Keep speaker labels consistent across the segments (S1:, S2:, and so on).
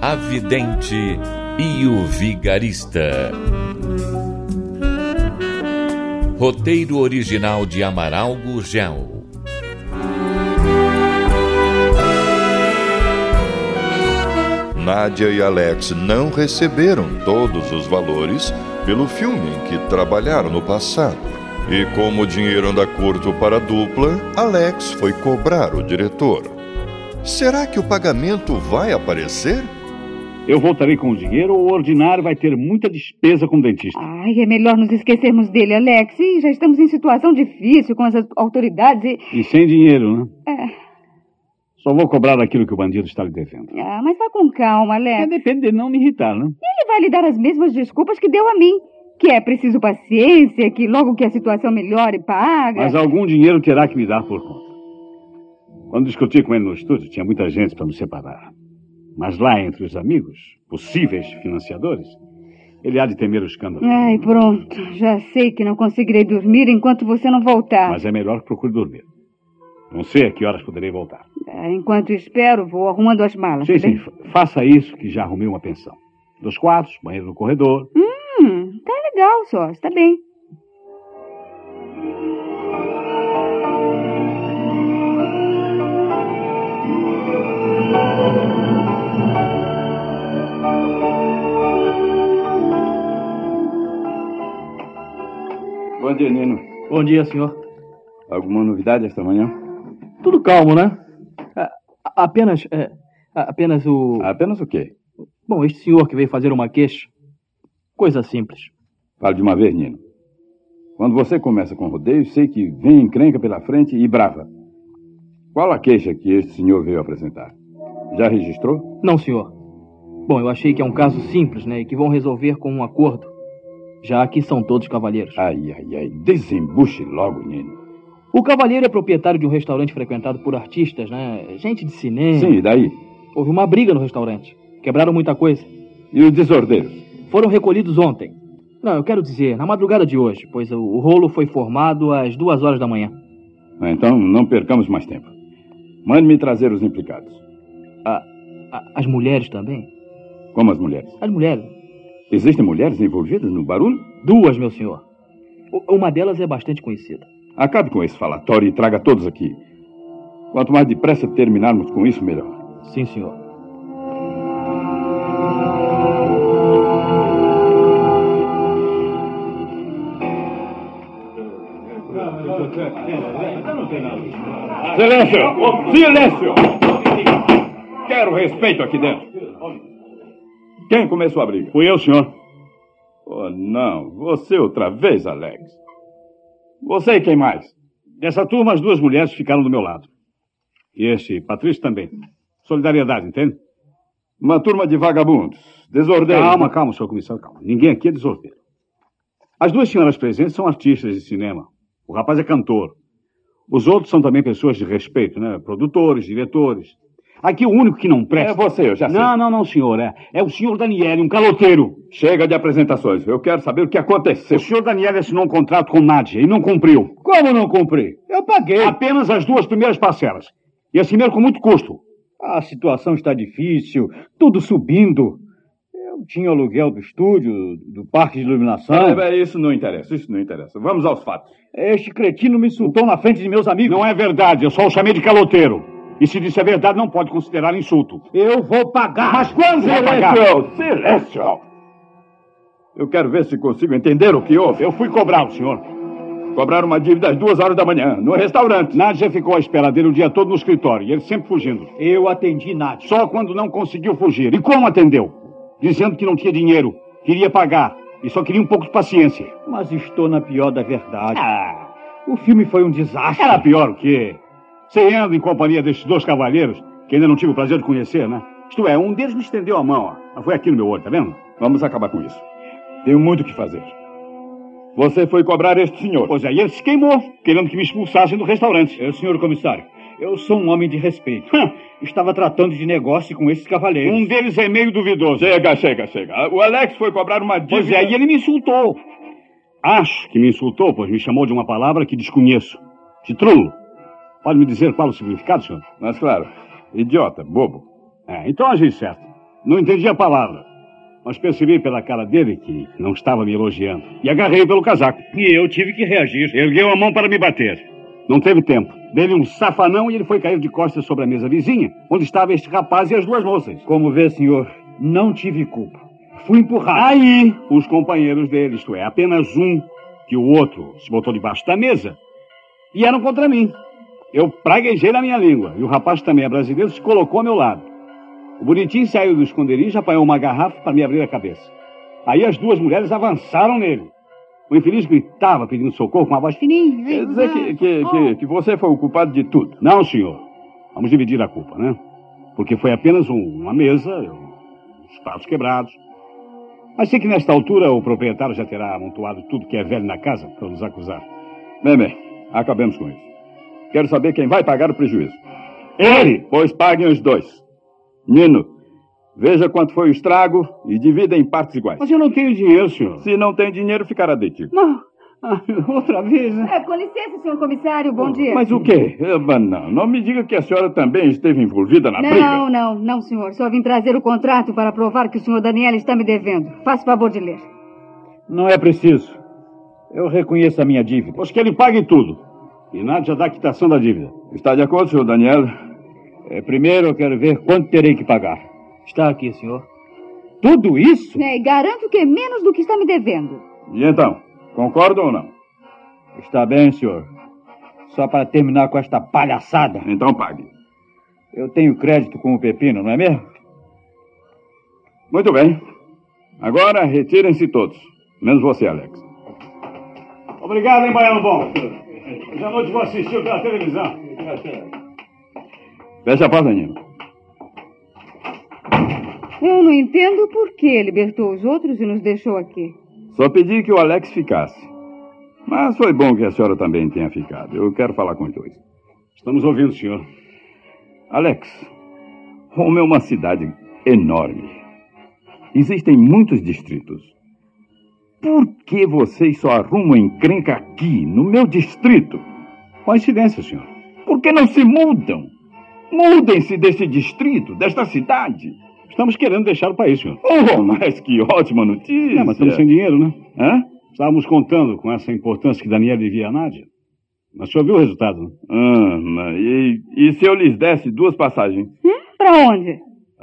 S1: A Vidente e o Vigarista. Roteiro original de Amaral Gurgel.
S2: Nádia e Alex não receberam todos os valores pelo filme em que trabalharam no passado. E como o dinheiro anda curto para a dupla, Alex foi cobrar o diretor. Será que o pagamento vai aparecer?
S3: Eu voltarei com o dinheiro ou o ordinário vai ter muita despesa com o dentista.
S4: Ai, é melhor nos esquecermos dele, Alex. Ih, já estamos em situação difícil com essas autoridades e.
S3: E sem dinheiro, né? É. Só vou cobrar aquilo que o bandido está lhe devendo.
S4: Ah, mas vá com calma,
S3: É,
S4: Alex.
S3: depende de não me irritar, né?
S4: Ele vai lhe dar as mesmas desculpas que deu a mim. Que é preciso paciência, que logo que a situação melhore, paga.
S3: Mas algum dinheiro terá que me dar por conta. Quando discuti com ele no estúdio, tinha muita gente para nos separar. Mas lá entre os amigos, possíveis financiadores, ele há de temer o escândalo.
S4: Ai, pronto. Já sei que não conseguirei dormir enquanto você não voltar.
S3: Mas é melhor que procure dormir. Não sei a que horas poderei voltar.
S4: Ah, Enquanto espero, vou arrumando as malas.
S3: Sim,
S4: tá bem?
S3: sim, fa- faça isso que já arrumei uma pensão. Dos quartos, banheiro no corredor.
S4: Hum, tá legal, só. Tá bem.
S5: Bom dia, Nino.
S6: Bom dia, senhor.
S5: Alguma novidade esta manhã?
S6: Tudo calmo, né? A- a- apenas. é, a- apenas o.
S5: Apenas o quê?
S6: Bom, este senhor que veio fazer uma queixa. Coisa simples.
S5: Fale de uma vez, Nino. Quando você começa com rodeio, sei que vem encrenca pela frente e brava. Qual a queixa que este senhor veio apresentar? Já registrou?
S6: Não, senhor. Bom, eu achei que é um caso simples, né? E que vão resolver com um acordo. Já que são todos cavalheiros.
S5: Ai, ai, ai. Desembuche logo, Nino.
S6: O cavalheiro é proprietário de um restaurante frequentado por artistas, né? Gente de cinema.
S5: Sim, e daí?
S6: Houve uma briga no restaurante. Quebraram muita coisa.
S5: E os desordeiros?
S6: Foram recolhidos ontem. Não, eu quero dizer, na madrugada de hoje, pois o, o rolo foi formado às duas horas da manhã.
S5: Então, não percamos mais tempo. Mande-me trazer os implicados.
S6: A- as mulheres também?
S5: Como as mulheres.
S6: As mulheres.
S5: Existem mulheres envolvidas no barulho?
S6: Duas, meu senhor. U- Uma delas é bastante conhecida.
S5: Acabe com esse falatório e traga todos aqui. Quanto mais depressa terminarmos com isso, melhor.
S6: Sim, senhor.
S5: Silêncio! Silêncio! Quero respeito aqui dentro. Quem começou a briga?
S3: Fui eu, senhor.
S5: Oh, não. Você outra vez, Alex. Você e quem mais?
S3: Dessa turma, as duas mulheres ficaram do meu lado. E esse Patrício também. Solidariedade, entende?
S5: Uma turma de vagabundos. né? Desordeiro.
S3: Calma, calma, senhor comissário, calma. Ninguém aqui é desordeiro. As duas senhoras presentes são artistas de cinema. O rapaz é cantor. Os outros são também pessoas de respeito, né? Produtores, diretores. Aqui o único que não
S5: É
S3: presta.
S5: você, eu já sei.
S3: não, não, não, senhor. É, é o senhor Daniele, um caloteiro.
S5: Chega de apresentações. Eu quero saber o que aconteceu.
S3: O senhor Daniele assinou um contrato com Nádia e não cumpriu.
S5: Como não cumpri?
S3: Eu paguei. Apenas as duas primeiras parcelas. E assim mesmo com muito custo.
S7: A situação está difícil, tudo subindo. Eu tinha o aluguel do estúdio, do parque de iluminação.
S5: Ah, isso não interessa, isso não interessa. Vamos aos fatos.
S7: Este cretino me insultou na frente de meus amigos.
S3: Não é verdade, eu só o chamei de caloteiro. E se disse a verdade, não pode considerar insulto.
S7: Eu vou pagar.
S3: Mas quando vai pagar?
S5: Silêncio! Eu quero ver se consigo entender o que houve.
S3: Eu fui cobrar o senhor.
S5: Cobraram uma dívida às duas horas da manhã, no restaurante.
S3: Nádia ficou à espera dele o dia todo no escritório, e ele sempre fugindo.
S7: Eu atendi Nádia.
S3: Só quando não conseguiu fugir. E como atendeu? Dizendo que não tinha dinheiro, queria pagar, e só queria um pouco de paciência. Ah.
S7: Mas estou na pior da verdade. O filme foi um desastre.
S3: Era pior o quê? Você anda em companhia desses dois cavalheiros, que ainda não tive o prazer de conhecer, né? Isto é, um deles me estendeu a mão, ó. Foi aqui no meu olho, tá vendo?
S5: Vamos acabar com isso. Tenho muito o que fazer. Você foi cobrar este senhor.
S3: Pois é, e ele se queimou, querendo que me expulsassem do restaurante.
S7: Eu, Eh, senhor comissário, eu sou um homem de respeito. Estava tratando de negócio com esses cavaleiros.
S3: Um deles é meio duvidoso.
S5: Chega, chega, chega. O Alex foi cobrar uma dívida.
S3: Pois é, e ele me insultou. Acho que me insultou, pois me chamou de uma palavra que desconheço. Titrulo. Pode me dizer qual o significado, senhor?
S5: Mas claro, idiota, bobo.
S3: É, então agi certo. Não entendi a palavra. Mas percebi pela cara dele que não estava me elogiando. E agarrei pelo casaco.
S7: E eu tive que reagir.
S3: Ergueu a mão para me bater. Não teve tempo. Dei-lhe um safanão e ele foi cair de costas sobre a mesa vizinha, onde estava este rapaz e as duas moças.
S7: Como vê, senhor, não tive culpa. Fui empurrado.
S3: Aí, os companheiros dele, isto é, apenas um, que o outro se botou debaixo da mesa, vieram contra mim. Eu praguejei na minha língua e o rapaz também é brasileiro se colocou ao meu lado. O bonitinho saiu do esconderijo, apanhou uma garrafa para me abrir a cabeça. Aí as duas mulheres avançaram nele. O infeliz gritava pedindo socorro com uma voz fininha.
S5: Quer dizer que, que, que, que você foi o culpado de tudo.
S3: Não, senhor. Vamos dividir a culpa, né? Porque foi apenas um- uma mesa, os pratos quebrados. Mas sei que nesta altura o proprietário já terá amontoado tudo que é velho na casa para nos acusar.
S5: Bem, bem, acabemos com isso. Quero saber quem vai pagar o prejuízo.
S3: Ele!
S5: Pois paguem os dois. Nino, veja quanto foi o estrago e divida em partes iguais.
S3: Mas eu não tenho dinheiro, senhor.
S5: Se não tem dinheiro, ficará detido.
S3: Não. Ah, Outra vez, né?
S4: É, com licença, senhor comissário, bom dia.
S5: Mas o quê? Eva, não. Não me diga que a senhora também esteve envolvida na briga.
S4: Não, não, não, senhor. Só vim trazer o contrato para provar que o senhor Daniel está me devendo. Faça o favor de ler.
S7: Não é preciso. Eu reconheço a minha dívida.
S3: Pois que ele pague tudo. E Nádia dá a quitação da dívida.
S5: Está de acordo, senhor Daniel?
S7: É, primeiro eu quero ver quanto terei que pagar.
S6: Está aqui, senhor.
S7: Tudo isso?
S4: Né, e garanto que é menos do que está me devendo.
S5: E então, concordam ou não?
S7: Está bem, senhor. Só para terminar com esta palhaçada.
S5: Então pague.
S7: Eu tenho crédito com o Pepino, não é mesmo?
S5: Muito bem. Agora retirem-se todos. Menos você, Alex.
S3: Obrigado, hein, Baiano Bom. Hoje à noite vou assistir pela televisão.
S5: Feche a porta, Nino.
S4: Eu não entendo por que ele libertou os outros e nos deixou aqui.
S5: Só pedi que o Alex ficasse. Mas foi bom que a senhora também tenha ficado. Eu quero falar com os dois.
S3: Estamos ouvindo, senhor.
S5: Alex, Roma é uma cidade enorme. Existem muitos distritos. Por que vocês só arrumam encrenca aqui, no meu distrito?
S3: Coincidência, senhor.
S5: Por que não se mudam? Mudem-se deste distrito, desta cidade.
S3: Estamos querendo deixar o país, senhor.
S5: Oh, mas que ótima notícia!
S3: É, mas estamos sem dinheiro, né?
S5: Hã?
S3: Estávamos contando com essa importância que Daniel devia a Nádia. Mas o senhor viu o resultado, né?
S5: Ah, mas e, e se eu lhes desse duas passagens?
S4: Para onde?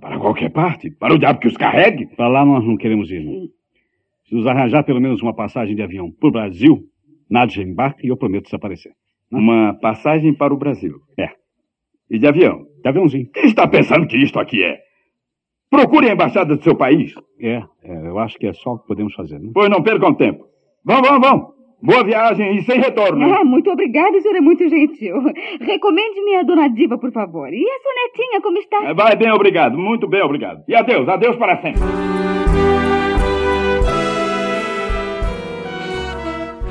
S5: Para qualquer parte? Para o diabo que os carregue?
S3: Para lá nós não queremos ir, não. Se nos arranjar pelo menos uma passagem de avião para o Brasil, Nádia embarca e eu prometo desaparecer. Né?
S5: Uma passagem para o Brasil.
S3: É.
S5: E de avião?
S3: De aviãozinho.
S5: Quem está pensando que isto aqui é? Procure a embaixada do seu país,
S3: É, é, eu acho que é só o que podemos fazer, né?
S5: pois não percam tempo. Vão, vão, vão. Boa viagem e sem retorno.
S4: Ah, muito obrigada, o senhor é muito gentil. Recomende-me a dona Diva, por favor. E a sonetinha, como está?
S5: É, Vai bem, obrigado. Muito bem, obrigado. E adeus, adeus para sempre.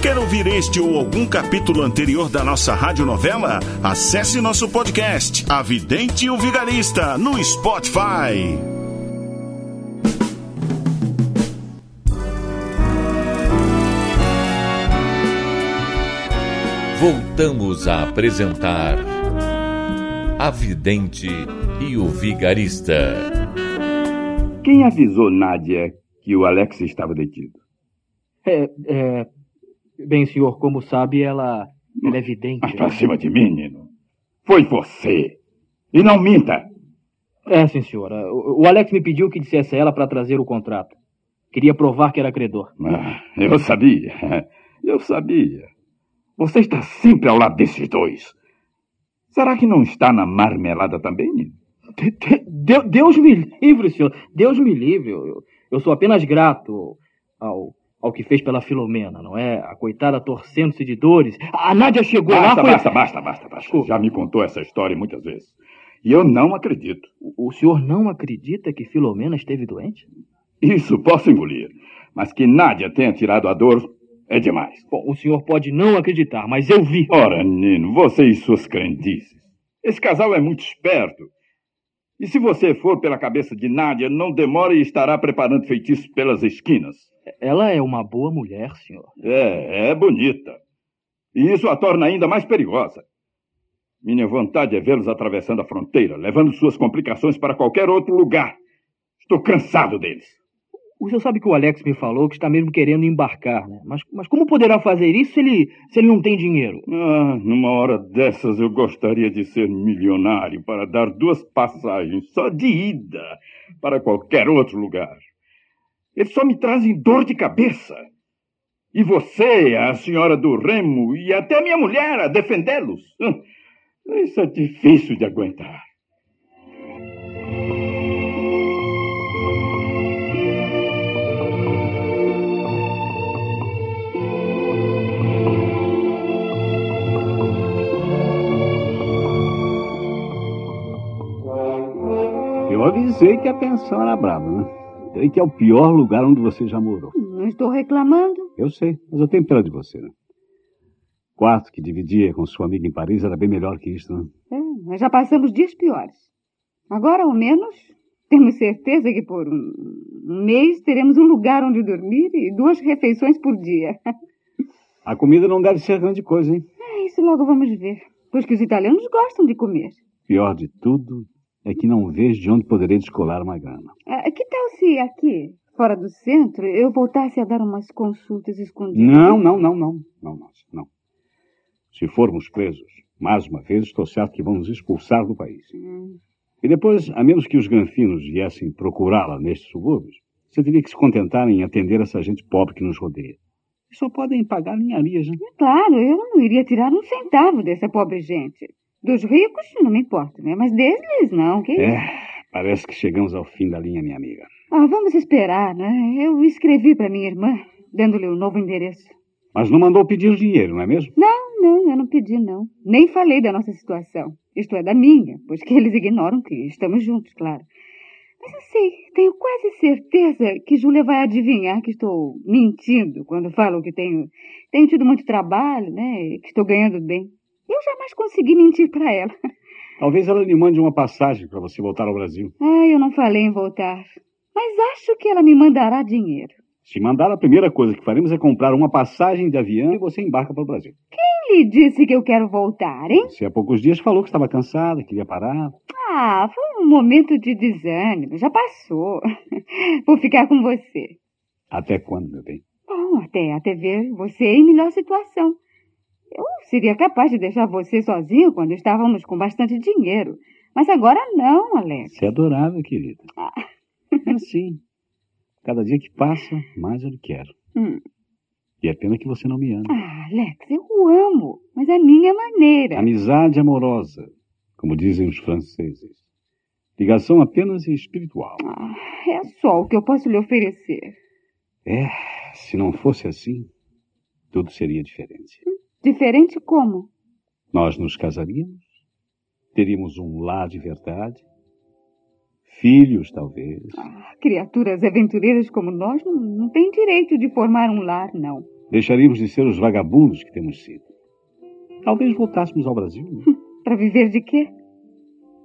S8: Quer ouvir este ou algum capítulo anterior da nossa radionovela? Acesse nosso podcast, A Vidente e o Vigarista, no Spotify.
S1: Voltamos a apresentar A Vidente e o Vigarista.
S5: Quem avisou Nádia que o Alex estava detido?
S6: É, é, Bem, senhor, como sabe, ela, ela é vidente.
S5: Mas para cima de mim, Nino. Foi você. E não minta.
S6: É, sim, senhora. O, o Alex me pediu que dissesse a ela para trazer o contrato. Queria provar que era credor.
S5: Ah, Eu sabia. Eu sabia. Você está sempre ao lado desses dois. Será que não está na marmelada também?
S6: De- de- de- Deus me livre, senhor. Deus me livre. Eu, eu- eu sou apenas grato ao, ao que fez pela Filomena, não é? A coitada torcendo-se de dores. A Nádia chegou lá.
S5: Basta,
S6: foi-
S5: basta, basta, basta, basta. Já me contou essa história muitas vezes. E eu não acredito.
S6: O, o senhor não acredita que Filomena esteve doente?
S5: Isso posso engolir. Mas que Nádia tenha tirado a dor é demais.
S6: Bom, o senhor pode não acreditar, mas eu vi.
S5: Ora, Nino, você e suas crendices. Esse casal é muito esperto. E se você for pela cabeça de Nádia, não demore e estará preparando feitiços pelas esquinas.
S6: Ela é uma boa mulher, senhor.
S5: É, é bonita. E isso a torna ainda mais perigosa. Minha vontade é vê-los atravessando a fronteira, levando suas complicações para qualquer outro lugar. Estou cansado deles.
S6: O senhor sabe que o Alex me falou que está mesmo querendo embarcar, né? Mas, mas como poderá fazer isso se ele, se ele não tem dinheiro?
S5: Ah, numa hora dessas eu gostaria de ser milionário para dar duas passagens só de ida para qualquer outro lugar. Eles só me trazem dor de cabeça. E você, a senhora do remo e até a minha mulher a defendê-los. Ah, Isso é difícil de aguentar.
S3: Eu avisei que a pensão era brava, né? E que é o pior lugar onde você já morou.
S4: Não estou reclamando.
S3: Eu sei, mas eu tenho pena de você, né? Quarto que dividia com sua amiga em Paris era bem melhor que isto, né?
S4: É, nós já passamos dias piores. Agora, ao menos, temos certeza que por um um mês teremos um lugar onde dormir e duas refeições por dia.
S3: A comida não deve ser grande coisa, hein?
S4: É, Isso logo vamos ver, pois que os italianos gostam de comer.
S3: Pior de tudo é que não vejo de onde poderei descolar uma grana.
S4: Ah, que tal se aqui, fora do centro, eu voltasse a dar umas consultas escondidas?
S3: Não, não, não, não. Não, não, não. Se formos presos, mais uma vez, estou certo que vão nos expulsar do país. E depois, a menos que os granfinos viessem procurá-la nestes subúrbios, você teria que se contentar em atender essa gente pobre que nos rodeia. E só podem pagar linharias, né?
S4: É Claro, eu não iria tirar um centavo dessa pobre gente. Dos ricos, não me importa, né? Mas deles, não, que isso?
S3: É, parece que chegamos ao fim da linha, minha amiga.
S4: Ah, vamos esperar, né? Eu escrevi para minha irmã, dando-lhe o novo endereço.
S3: Mas não mandou pedir dinheiro, não é mesmo?
S4: Não, não, eu não pedi, não. Nem falei da nossa situação. Isto é, da minha, pois que eles ignoram que estamos juntos, claro. Mas eu sei, tenho quase certeza que Júlia vai adivinhar que estou mentindo quando falo que tenho, tenho tido muito trabalho, né? E que estou ganhando bem. Eu jamais consegui mentir para ela.
S3: Talvez ela lhe mande uma passagem para você voltar ao Brasil.
S4: Ah, eu não falei em voltar. Mas acho que ela me mandará dinheiro.
S3: Se mandar, a primeira coisa que faremos é comprar uma passagem de avião e você embarca para o Brasil.
S4: Quem lhe disse que eu quero voltar, hein?
S3: Você há poucos dias falou que estava cansada, queria parar.
S4: Ah, foi um momento de desânimo. Já passou. Vou ficar com você.
S3: Até quando, meu bem?
S4: Bom, até, até ver você em melhor situação. Eu seria capaz de deixar você sozinho quando estávamos com bastante dinheiro. Mas agora não, Alex.
S3: Você é adorável, querida. É assim. Cada dia que passa, mais eu lhe quero.
S4: Hum.
S3: E é pena que você não me ama.
S4: Ah, Alex, eu o amo, mas a minha maneira.
S3: Amizade amorosa, como dizem os franceses. Ligação apenas espiritual.
S4: É só o que eu posso lhe oferecer.
S3: É, se não fosse assim, tudo seria diferente.
S4: Diferente como?
S3: Nós nos casaríamos, teríamos um lar de verdade, filhos, talvez.
S4: Criaturas aventureiras como nós não, não têm direito de formar um lar, não.
S3: Deixaríamos de ser os vagabundos que temos sido. Talvez voltássemos ao Brasil. né?
S4: Para viver de quê?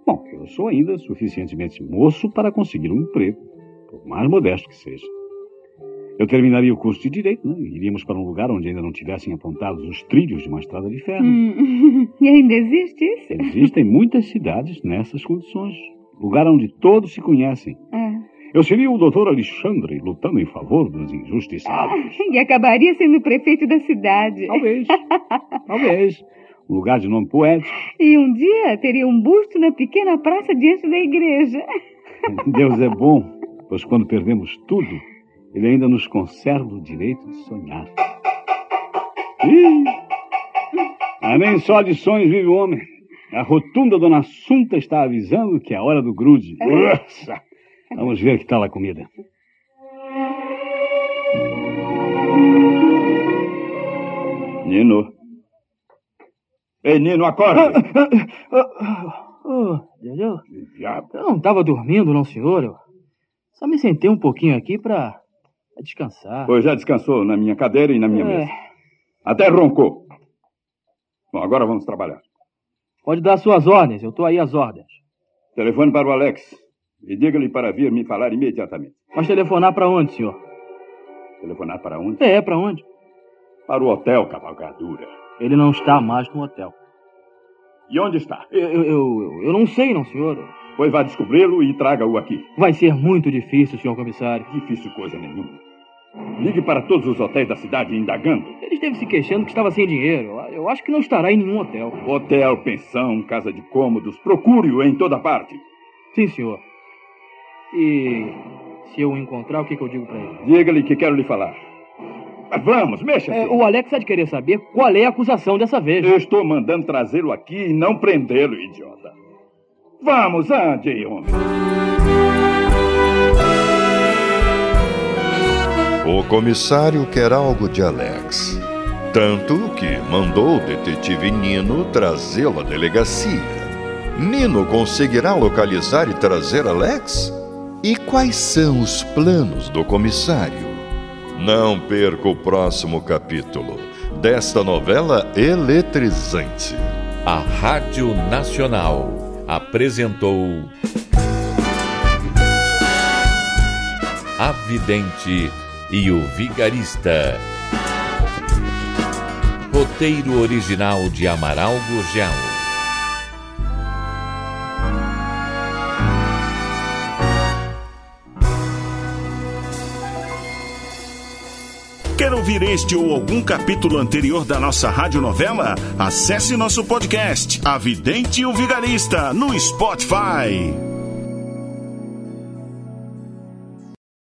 S3: Bom, eu sou ainda suficientemente moço para conseguir um emprego, por mais modesto que seja. Eu terminaria o curso de Direito, né? e Iríamos para um lugar onde ainda não tivessem apontados os trilhos de uma estrada de ferro.
S4: Hum, e ainda existe isso?
S3: Existem muitas cidades nessas condições. Lugar onde todos se conhecem.
S4: É.
S3: Eu seria o doutor Alexandre lutando em favor dos injustiçados.
S4: E acabaria sendo prefeito da cidade.
S3: Talvez. Talvez. Um lugar de nome poético.
S4: E um dia teria um busto na pequena praça diante da igreja.
S3: Deus é bom, pois quando perdemos tudo, Ele ainda nos conserva o direito de sonhar. Ih,
S9: Ah, nem só de sonhos vive o homem. A rotunda Dona Assunta está avisando que é a hora do grude. Nossa! Vamos ver que tal a comida.
S3: Nino. Ei, Nino, acorda!
S9: Ah,
S6: Oh, Ah, entendeu?
S9: ah,
S6: Eu não estava dormindo, não, senhor. Eu só me sentei um pouquinho aqui pra pra descansar.
S3: Pois já descansou na minha cadeira e na minha
S6: É,
S3: mesa. Até roncou. Bom, agora vamos trabalhar.
S6: pode dar suas ordens, eu tô aí às ordens.
S3: Telefone para o Alex e diga-lhe para vir me falar imediatamente.
S6: Mas telefonar pra onde, senhor?
S3: Telefonar para onde?
S6: É, pra onde?
S3: Para o hotel Cavalgadura.
S6: Ele não está mais no hotel.
S3: E onde está?
S6: Eu, eu, eu, eu- eu não sei, não, senhor.
S3: Pois vá descobri-lo e traga-o aqui.
S6: Vai ser muito difícil, senhor comissário.
S3: Difícil coisa nenhuma. Ligue para todos os hotéis da cidade indagando.
S6: Ele esteve se queixando que estava sem dinheiro. Eu acho que não estará em nenhum hotel.
S3: Hotel, pensão, casa de cômodos, procure-o em toda parte.
S6: Sim, senhor. E se eu o encontrar, o que, que eu digo pra ele?
S3: Diga-lhe que quero lhe falar. Mas vamos, mexa-se.
S6: É, o Alex há de querer saber qual é a acusação dessa vez.
S3: Eu estou mandando trazê-lo aqui e não prendê-lo, idiota. Vamos, ande, homem.
S2: O comissário quer algo de Alex. Tanto que mandou o detetive Nino trazê-lo à delegacia. Nino conseguirá localizar e trazer Alex? E quais são os planos do comissário? Não perca o próximo capítulo desta novela eletrizante.
S1: A Rádio Nacional apresentou A Vidente e o Vigarista. Roteiro original de Amaral Gurgel.
S8: Quer ouvir este ou algum capítulo anterior da nossa radionovela? Acesse nosso podcast, A Vidente e o Vigarista, no Spotify.